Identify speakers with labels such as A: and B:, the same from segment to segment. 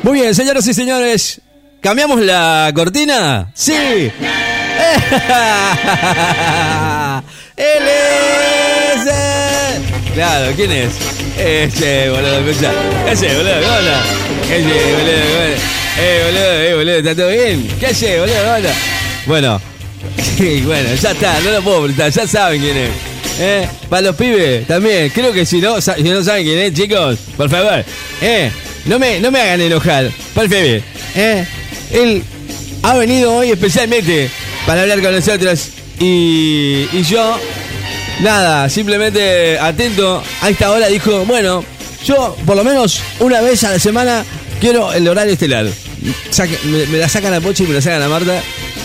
A: Muy bien, señoras y señores. ¿Cambiamos la cortina? ¡Sí! ¡Él es! eh, Claro, ¿quién es? Ese, boludo, escucha. Ese, boludo, hola. Ese, boludo, hola. Eh, boludo, eh, boludo, ¿está todo bien? ¿Qué hace, boludo, hola? Bueno, y bueno, ya está, no lo puedo preguntar, ya saben quién es. Eh, para los pibes también, creo que si no, sa- si no saben quién es, chicos, por favor, eh, no me, no me hagan enojar, por favor. Eh, él ha venido hoy especialmente para hablar con nosotros y, y yo, nada, simplemente atento a esta hora, dijo, bueno, yo por lo menos una vez a la semana quiero el horario estelar. Saque- me, me la sacan a Pochi, me la sacan a Marta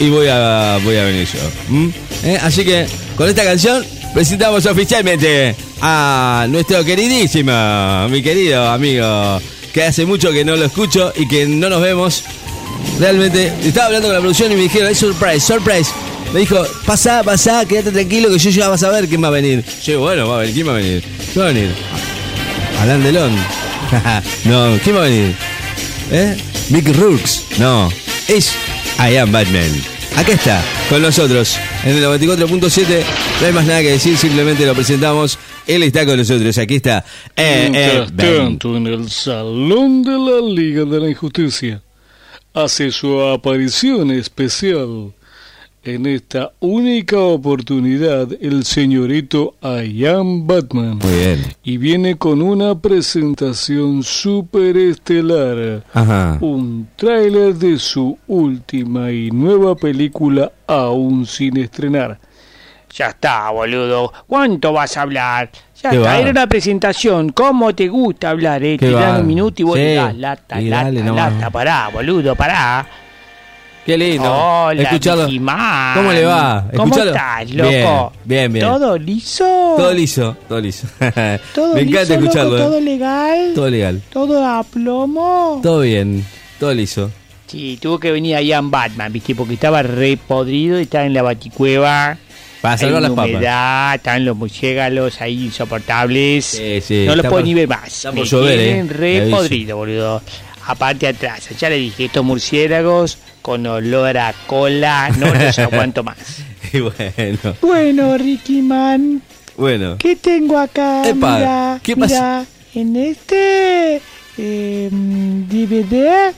A: y voy a, voy a venir yo. ¿m? ¿Eh? Así que con esta canción presentamos oficialmente a nuestro queridísimo, mi querido amigo, que hace mucho que no lo escucho y que no nos vemos. Realmente, estaba hablando con la producción y me dijeron, es surprise, surprise. Me dijo, pasá, pasá, quédate tranquilo que yo ya vas a ver quién va a venir. Yo, bueno, va a venir, ¿quién va a venir? ¿Quién va a venir? Alan Delon. no, ¿quién va a venir? ¿Eh? Mick Rooks. No, es I Am Batman. Acá está, con nosotros, en el 94.7. No hay más nada que decir, simplemente lo presentamos. Él está con nosotros, aquí está. Eh, eh,
B: Mientras
A: Ben.
B: tanto, en el Salón de la Liga de la Injusticia, hace su aparición especial. En esta única oportunidad, el señorito I am Batman.
A: Muy bien.
B: Y viene con una presentación superestelar.
A: Ajá.
B: Un tráiler de su última y nueva película aún sin estrenar.
C: Ya está, boludo. ¿Cuánto vas a hablar? Ya
A: Qué
C: está,
A: va.
C: era una presentación. ¿Cómo te gusta hablar, eh?
A: Qué
C: Te
A: va.
C: dan un minuto y vos
A: Sí.
C: te das lata,
A: Y
C: lata,
A: dale nomás.
C: lata. Pará, boludo, pará.
A: Qué lindo.
C: Hola,
A: Escucharlo.
C: Mickey Man.
A: ¿Cómo le va?
C: ¿Cómo
A: Escuchalo.
C: estás, loco?
A: Bien, bien, bien.
C: ¿Todo liso?
A: Todo liso, todo liso.
C: ¿Todo
A: Me encanta
C: liso, loco?
A: escucharlo. eh.
C: ¿Todo legal?
A: Todo legal.
C: ¿Todo a plomo?
A: Todo bien, todo liso.
C: Sí, tuvo que venir allá en Batman, viste, porque estaba re podrido y estaba en la baticueva.
A: Para salvar
C: Hay
A: las papas.
C: humedad, Están los murciélagos ahí insoportables.
A: Sí, sí,
C: no los
A: está
C: puedo
A: por-
C: ni ver más.
A: está
C: Me
A: por llover, eh,
C: tienen
A: te
C: re
A: aviso.
C: podrido, boludo. Aparte atrás, ya le dije, estos murciélagos con olor a cola, no los aguanto más.
A: Y bueno,
C: Bueno, Ricky Man,
A: bueno.
C: ¿qué tengo acá?
A: Epa,
C: Mirá,
A: ¿qué
C: mirá, en este eh, DVD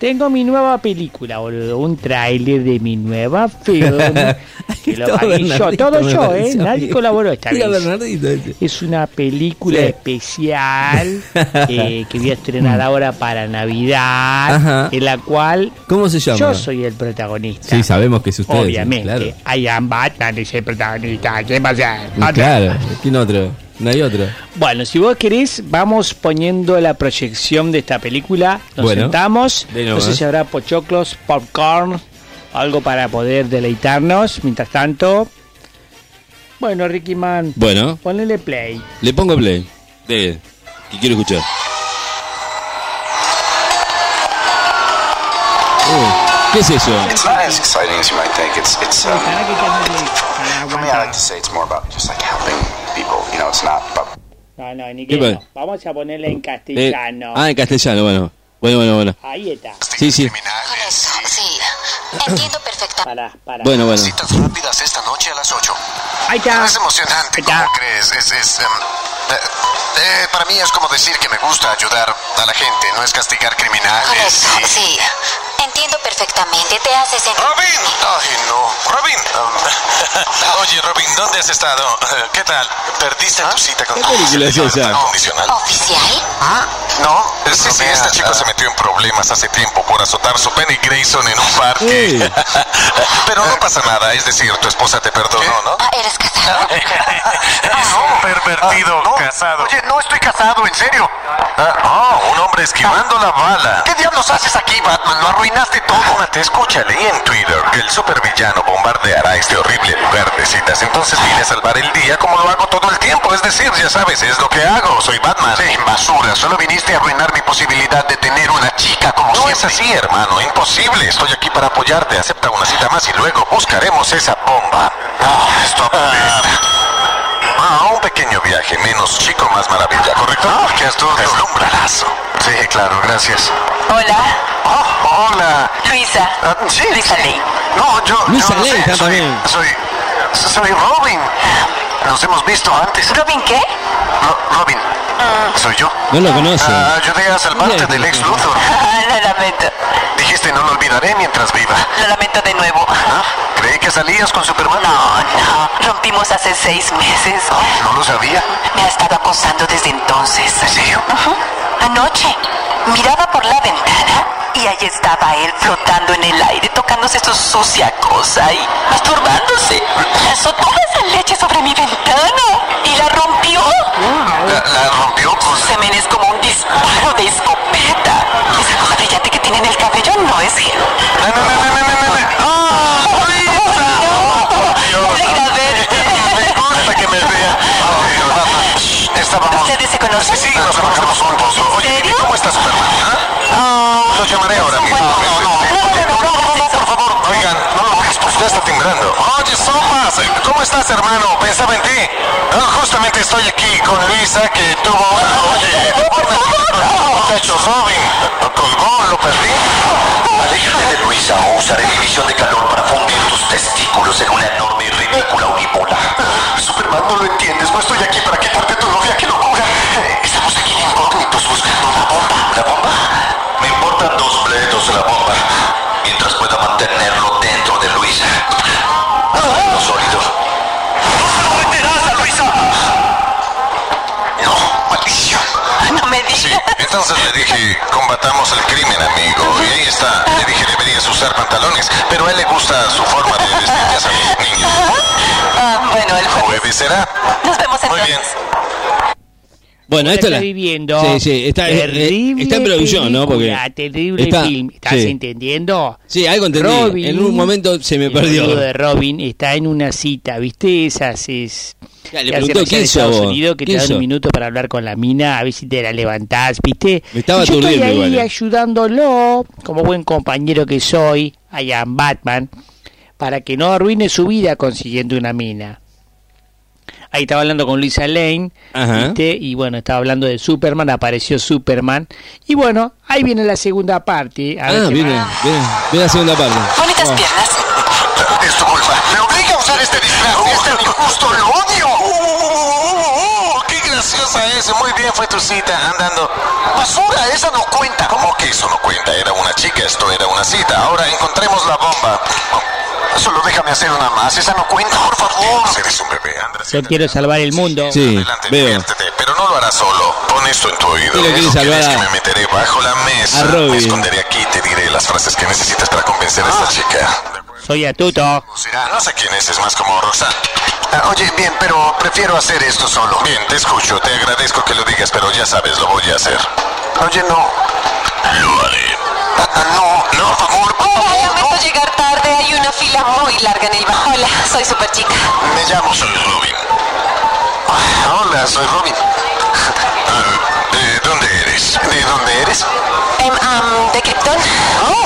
C: tengo mi nueva película, boludo. Un tráiler de mi nueva film. que lo
A: Todo
C: pagué yo,
A: Bernardito
C: todo
A: me
C: yo, ¿eh?
A: pareció a
C: Nadie
A: mí.
C: colaboró esta
A: Mira
C: vez.
A: Bernardito este. ese.
C: Es una película
A: Sí. Mm.
C: especial eh, que voy a estrenar ahora para Navidad,
A: Ajá.
C: en la cual
A: ¿Cómo se llama?
C: yo soy el protagonista.
A: Sí, sabemos que es usted.
C: Obviamente,
A: Claro.
C: I am Batman es el protagonista. ¿Qué va a ser?
A: Y claro, ¿quién otro? No hay otro.
C: Bueno, si vos querés, vamos poniendo la proyección de esta película. Nos
A: Bueno,
C: sentamos.
A: de
C: No
D: ¿eh?
C: sé
A: nomás.
C: si habrá pochoclos, popcorn, algo para poder deleitarnos. Mientras tanto. Bueno, Ricky Man,
D: Bueno,
C: ponele play.
D: le pongo play. De que quiero escuchar. Uh, ¿Qué es eso?
E: It's not as exciting as you might think. It's it's um,
C: Para que termine. Ah,
E: for me, I like
C: aguanta.
E: to say it's more about just like helping people. You know, it's not about
C: No, no, ni
D: ¿Qué
C: que
D: pasa?
C: Vamos a ponerla en
D: Eh,
C: castellano.
D: ah, en castellano, bueno. Bueno, bueno, bueno.
C: Ahí está.
D: Sí, sí.
F: Por eso, Ah, sí. Entiendo perfectamente.
C: Para, para.
D: Bueno, bueno.
E: Citas rápidas esta noche a las 8.
C: Ahí está.
E: emocionante,
C: ¿cómo Ah, Ya.
E: crees? Es, es, em, eh, para mí es como decir que me gusta ayudar a la gente, no es castigar criminales.
F: Correcto, sí. Entiendo perfectamente. Te hace sentir.
E: Robin. Ay, no. Robin. Oye, Robin, ¿dónde has estado? ¿Qué tal? ¿Perdiste tu cita con
D: ¿Qué película es esa?
E: condicional?
F: ¿Oficial?
E: No, sí, sí, este chico se metió en problemas hace tiempo por azotar su Penny Grayson en un parque.
D: Ey,
E: Pero no pasa nada, es decir, tu esposa te perdonó, ¿no?
F: Ah, ¿Eres casado?
E: un pervertido casado. Oye, Ah, no estoy casado, en serio. oh, un hombre esquivando la bala. ¿Qué diablos haces aquí, Batman? Lo arruinaste todo. Te escucha, leí en Twitter que el supervillano bombardeará este horrible lugar de citas. Entonces vine a salvar el día como lo hago todo el tiempo. Es decir, ya sabes, es lo que hago. Soy Batman. Sí, basura. Solo viniste a arruinar mi posibilidad de tener una chica como No es así, hermano. Imposible. Estoy aquí para apoyarte. Acepta una cita más y luego buscaremos esa bomba. Ah, esto apesta. A un pequeño viaje, menos chico, más maravilla, ¿correcto? Ah, qué astuto. Deslumbralazo. Sí, claro, gracias.
G: Hola,
E: Oh, hola.
G: Luisa.
E: Ah, sí,
G: Luisa
E: sí.
G: Ley.
E: No, yo.
D: Luisa
E: yo no
D: Ley
E: sé,
D: está
E: soy-
D: también.
E: Soy, soy Robin. Nos hemos visto antes.
G: ¿Robin qué?
E: Ro- Robin, soy yo.
D: No lo conoce.
E: Ah, ayudé a salvarte del ex Luthor.
G: lo lamento.
E: Dijiste no lo olvidaré mientras viva.
G: Lo lamento de nuevo.
E: Ah, Creí que salías con Superman.
G: No, no. Rompimos hace seis meses.
E: No lo sabía.
G: Me ha estado acosando desde entonces.
E: ¿En serio?
G: Ujú. Anoche miraba por la ventana y ahí estaba él flotando en el aire, tocándose su sucia cosa y masturbándose. Lanzó toda esa leche sobre mi ventana y la rompió.
E: La, la rompió con.
G: Su semen es como un disparo de escopeta. Esa cosa brillante que tiene en el cabello no es gel.
E: No, no, no, no, no, no, no. ¡Ah!
G: Pude grabarte.
E: Me gusta que me vea. Ah, shh, Estábamos.
G: ¿Ustedes se conocen?
E: Sí, nos conocemos juntos. Oye,
G: serio?
E: ¿cómo estás, Superman? ¿Ah? Lo llamaré ahora mismo.
G: buenos
E: No, no, no, no, no, no, por favor. Oigan, no lo hagas, por favor. Ya está timbrando. Oye, Sopas, ¿cómo estás, hermano? Pensaba en ti. Ah, justamente estoy aquí con Luisa, que tuvo... Oye, por favor. Muchacho, Robin, colgó, lo perdí.
H: Aléjate de Luisa o usaré mi visión de calor para fundir tus testículos en una enorme y ridícula unipola.
E: Superman, no lo entiendes. No estoy aquí para quitarte tu novia. ¡Qué locura!
H: Estamos aquí en incógnitos buscando una bomba. ¿La bomba? Me importan dos bledos de la bomba. Mientras pueda mantenerlo dentro de Luisa. Hazlo sólido.
E: ¡Meterás a Luisa! No, maldición.
G: No me digas.
E: Sí, entonces le dije, combatamos el crimen, amigo. Y ahí está. Le dije, deberías usar pantalones. Pero a él le gusta su forma de vestir, ya sabes, niño.
G: Ah, bueno, el jueves.
E: Jueves será.
G: Nos vemos
E: Muy
G: entonces.
E: bien.
D: Bueno, esto
C: está
D: la...
C: viviendo.
D: Sí, sí, está, eh, eh,
C: terrible
D: está en producción, ¿no? Porque
C: película, terrible
D: está-
C: film. ¿Estás
D: sí.
C: entendiendo?
D: Sí, algo entendí.
C: Robin,
D: En un momento se me
C: el
D: perdió.
C: boludo de Robin está en una cita, ¿viste? Esas es.
D: Ya, le
C: que hace
D: preguntó,
C: recién
D: ¿quién
C: en Estados
D: sos vos?
C: Unidos que te
D: ¿Quién
C: dan
D: sos?
C: un minuto para hablar con la mina, a ver si te la levantás, ¿viste?
D: Me estaba
C: Y yo estoy
D: aturdiendo
C: ahí
D: igual, eh.
C: ayudándolo, como buen compañero que soy, a Ian Batman, para que no arruine su vida consiguiendo una mina. Ahí estaba hablando con Luisa Lane,
D: Ajá.
C: ¿viste? Y bueno, estaba hablando de Superman, apareció Superman. Y bueno, ahí viene la segunda parte. A ver
D: Ah,
C: qué
D: viene,
C: más.
D: viene, viene la segunda parte.
G: Bonitas piernas.
E: Es tu culpa. Me obliga a usar este disfraz. Es tan injusto, lo odio. Oh, ¡Qué graciosa es! Muy bien, fue tu cita andando. ¡Basura! Eso no cuenta. ¿Cómo que eso no cuenta? Era una chica, esto era una cita. Ahora encontremos la bomba. Oh, Solo déjame hacer una más. Esa no cuenta, por favor. Eres un bebé, Andrés.
C: Yo quiero salvar el mundo.
D: Sí,
E: Adelante,
D: veo.
E: diviértete, pero no lo harás solo. Pon esto en tu oído.
D: Dile que
E: ¿No
D: salvar
E: crees
D: a-
E: que me meteré bajo la mesa.
D: a Robin.
E: Me esconderé aquí y te diré las frases que necesitas para convencer a esta chica.
C: Soy atuto.
E: Será, no sé quién es, es más como Roxanne. Ah, oye, bien, pero prefiero hacer esto solo. Bien, te escucho, te agradezco que lo digas, pero ya sabes, lo voy a hacer. Ah, Oye, no. Lo haré. Ah, ah, no, no, por favor, por
G: Ay,
E: favor,
G: lamento llegar tarde. Hay una fila muy larga en el bajo. Hola, soy super chica.
E: no. Me llamo, soy Robin. Ah, Hola, soy Robin. Ah, ¿De dónde eres? ¿De dónde eres?
G: Em, am, ¿De Krypton?
E: Oh,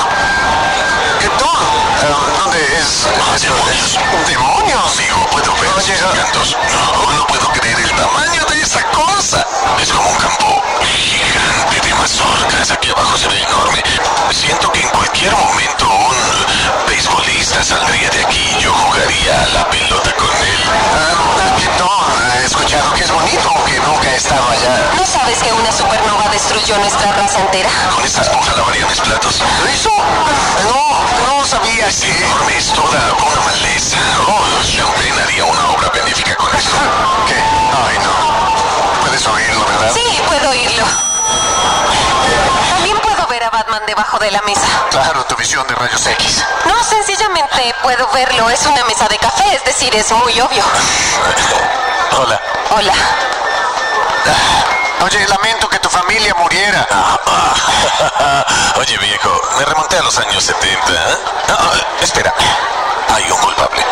E: ¿Qué tú? Ah, ¿Dónde es? ¿Demonios? ¿Demonios? Digo, puedo ver Oye, cantos. No, no puedo creer el tamaño de esa cosa. Es como un campo gigante de mazorcas. Aquí abajo se ve enorme. Siento que en cualquier momento un beisbolista saldría de aquí y yo jugaría a la pelota con él. no, he escuchado que es bonito, que nunca estaba allá.
G: ¿No sabes que una supernova destruyó nuestra raza entera?
E: Con esa esponja lavaría mis platos. ¿Lo hizo? No, no sabía que... Enorme, es toda una maleza. Oh, Sean Penn haría una obra benéfica con eso. ¿Qué? Ay, no. Puedes oírlo, ¿verdad?
G: Sí, puedo oírlo. También puedo ver a Batman debajo de la mesa.
E: Claro, tu visión de rayos X.
G: No, sencillamente puedo verlo. Es una mesa de café, es decir, es muy obvio.
E: Hola.
G: Hola.
E: Oye, lamento que tu familia muriera. Ah, Oye, viejo, me remonté a los años 70. ¿eh? Ah, ah, espera, hay un culpable.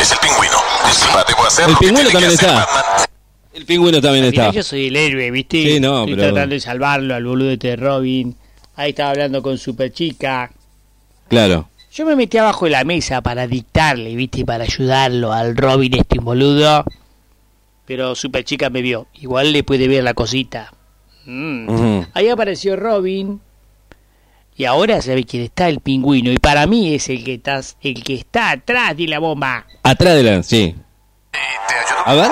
E: Es el pingüino. Disculpa, debo hacer
D: El
E: lo que
D: pingüino
E: tiene que
D: también
E: hacer
D: está.
E: Batman.
D: El pingüino también
C: Mira,
D: está.
C: Ah, yo soy el héroe, ¿viste?
D: Sí, no,
C: Estoy
D: pero-
C: tratando de salvarlo al boludo de este Robin. Ahí estaba hablando con Superchica.
D: Claro.
C: Yo me metí abajo de la mesa para dictarle, ¿viste? Para ayudarlo al Robin este boludo. Pero Superchica me vio. Igual le puede ver la cosita. Mm.
D: Ujú.
C: Ahí apareció Robin. Y ahora sabe quién está el pingüino. Y para mí es el que está, el que está atrás de la bomba.
D: Atrás de la. Sí.
E: ¿Te ayudo?
D: A ver.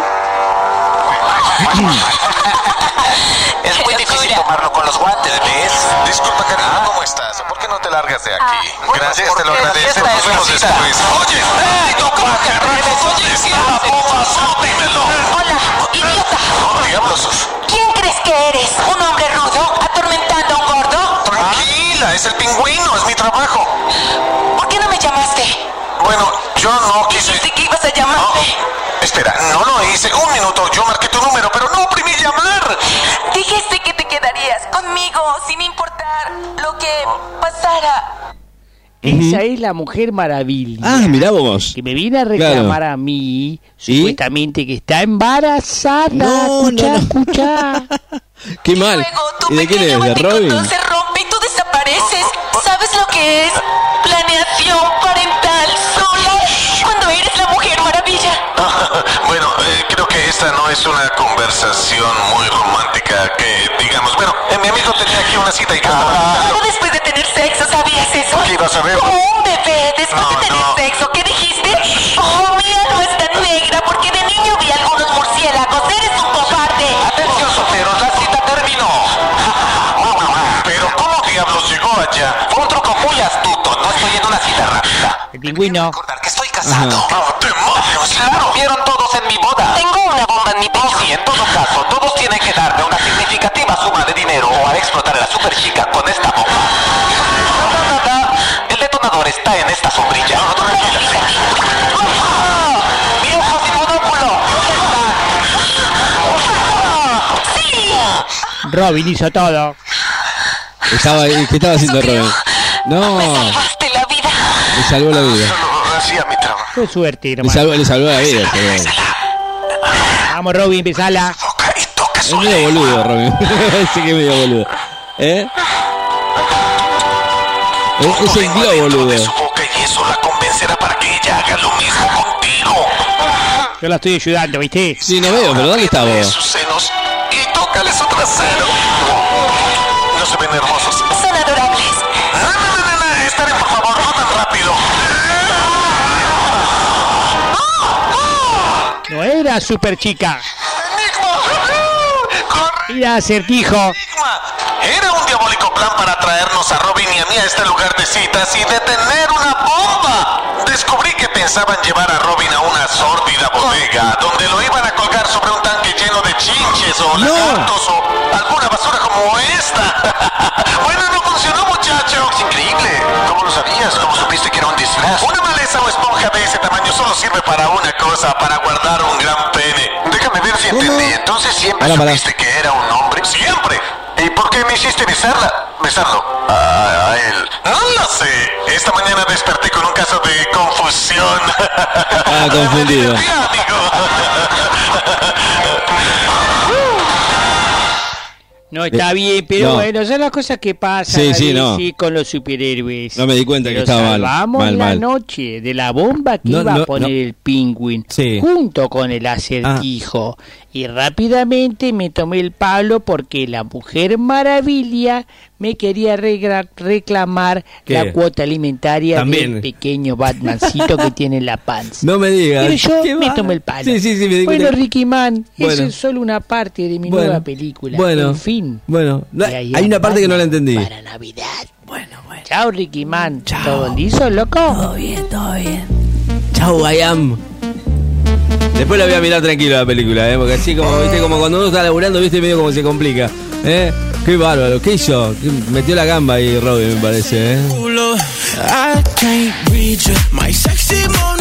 E: Es muy difícil tomarlo con los guantes, ¿ves? Disculpa, cariño, ¿cómo estás? ¿Por qué no te largas de aquí? Gracias, te lo agradezco. Nos vemos después. Oye, maldito, ¿cómo te arreglas? Oye, si la bomba, sótemelo.
G: Hola, idiota.
E: No, diablos.
G: ¿Quién crees que eres? ¿Un hombre rudo atormentando a un gordo?
E: Tranquila, es el pingüino, es mi trabajo.
G: ¿Por qué no me llamaste?
E: Bueno, yo no quise...
G: Dijiste que ibas a llamarme.
E: No, espera, no lo hice. Un minuto, yo marqué tu número, pero no oprimí llamar.
G: Dijiste que te quedarías conmigo sin importar lo que pasara.
C: Esa es la mujer maravilla.
D: Ah, mirá vos.
C: que me viene a reclamar
D: Claro.
C: a mí,
D: ¿Sí?
C: supuestamente que está embarazada.
D: No,
C: escuchá,
D: no, no.
C: escuchá.
D: Qué mal.
G: Luego tu
D: ¿Y de quién es?
G: pequeño
D: ¿De
G: boticotón
D: Robin?
G: se rompe y tú desapareces. ¿Sabes lo que es? Planeación parental sola cuando eres la mujer maravilla.
E: bueno, eh, creo que esta no es una conversación muy romántica que digamos. Bueno, eh, mi amigo tenía aquí una cita y que
G: Solo después de tener sexo sabías eso.
E: ¿Qué ibas a ver?
G: Como un bebé, después
E: No,
G: de tener
E: no.
G: sexo, ¿qué dijiste? Oh, mi alma está negra porque de niño vi algunos murciélagos. Eres un cobarde.
E: Ah, Atención, solteros, la cita terminó. Pero ¿cómo diablos llegó allá? Fue un truco muy astuto. No estoy en una cita rápida.
C: El pingüino.
E: Recordar que estoy casado. ¡Oh, demonios! ¡Claro! Vieron todos en mi boda.
G: Tengo una bomba en mi pecho.
E: Y en todo caso, todos tienen que darme una significativa suma de dinero o haré explotar a la super chica con esta bomba. Ta, ta, ta. El detonador está en esta sombrilla. ¡Ah! ¡Viejo sin monóculo!
C: Robin hizo todo.
D: Estaba, ¿Qué estaba haciendo
G: Sufrió.
D: Robin? No,
A: Oh.
G: Me salvaste la vida.
D: le salvó la vida.
E: Solo hacía mi trabajo.
C: Fue suerte,
D: Le
C: hermano.
D: salvó, le salvó la vida. perdón.
C: Vamos, Robin, empezala.
E: Toca y toca
D: Es medio boludo, Robin. sí que es medio boludo. ¿Eh? Es, es el globo,
E: de
D: boludo.
E: su boca y eso la convencerá para que ella haga lo mismo contigo.
C: Yo la estoy ayudando, ¿viste?
D: Sí, no veo, pero ¿dónde está
E: Apriétale
D: vos?
E: sus senos y tócale su trasero. Oh, No se ven hermosos. Ah,
G: Son adorables.
E: No, no, no, no, no, esperen, por favor, no tan rápido.
C: No era super chica.
E: ¡Enigma! ¡Corre!
C: Era acertijo.
E: Enigma. Era un diabólico plan para traernos a Robin y a mí a este lugar de citas y detener una bomba. Descubrí que pensaban llevar a Robin a una sórdida bodega donde lo iban a colgar sobre un tanque lleno de chinches o
D: No.
E: lagartos o alguna basura como esta. bueno, no funcionó, muchacho. Es increíble. ¿Cómo lo sabías? ¿Cómo supiste que era un disfraz? Una maleza o esponja de ese tamaño solo sirve para una cosa, para guardar un gran pene. Déjame ver si entendí. Entonces siempre
D: Pará, pará.
E: ¿Supiste que era un hombre? ¡Siempre! ¿Y por qué me hiciste besarla? Besarlo. A, a él. No lo sé. Esta mañana desperté con un caso de confusión.
D: Ah, confundido.
E: Mira,
C: No está bien, pero
D: Eh, no.
C: bueno, son las cosas que pasan
D: Sí, sí,
C: a
D: no.
C: veces con los superhéroes.
D: No me di cuenta que
C: Pero
D: estaba mal,
C: salvamos
D: mal,
C: la
D: mal.
C: noche de la bomba que
D: No,
C: iba a
D: no,
C: poner
D: no.
C: el pingüín
D: Sí. Ah.
C: junto con el acertijo. Y rápidamente me tomé el palo porque la mujer maravilla me quería regra- reclamar
D: ¿Qué?
C: la cuota alimentaria
D: También.
C: del pequeño Batmancito que tiene en la panza.
D: No me digas.
C: Pero yo
D: ¿Qué
C: me
D: va?
C: tomé el palo.
D: Sí, sí, sí, me di
C: bueno,
D: cuenta.
C: Ricky Man, eso
D: Bueno.
C: es solo una parte de mi
D: Bueno,
C: nueva película.
D: bueno,
C: en fin.
D: bueno. No,
C: Y ahí
D: hay una
C: a
D: parte que no la entendí.
C: Para Navidad. Bueno, bueno. Chao, Ricky Man. ¿Todo liso, loco?
D: Chau, I am. Después la voy a mirar tranquilo la película, ¿eh? porque así como, viste, como cuando uno está laburando, viste, medio como se complica. ¿eh? Qué bárbaro, ¿qué hizo? Qué- Metió la gamba ahí Robin, me parece. ¿eh?
I: I can't reach you. My sexy mom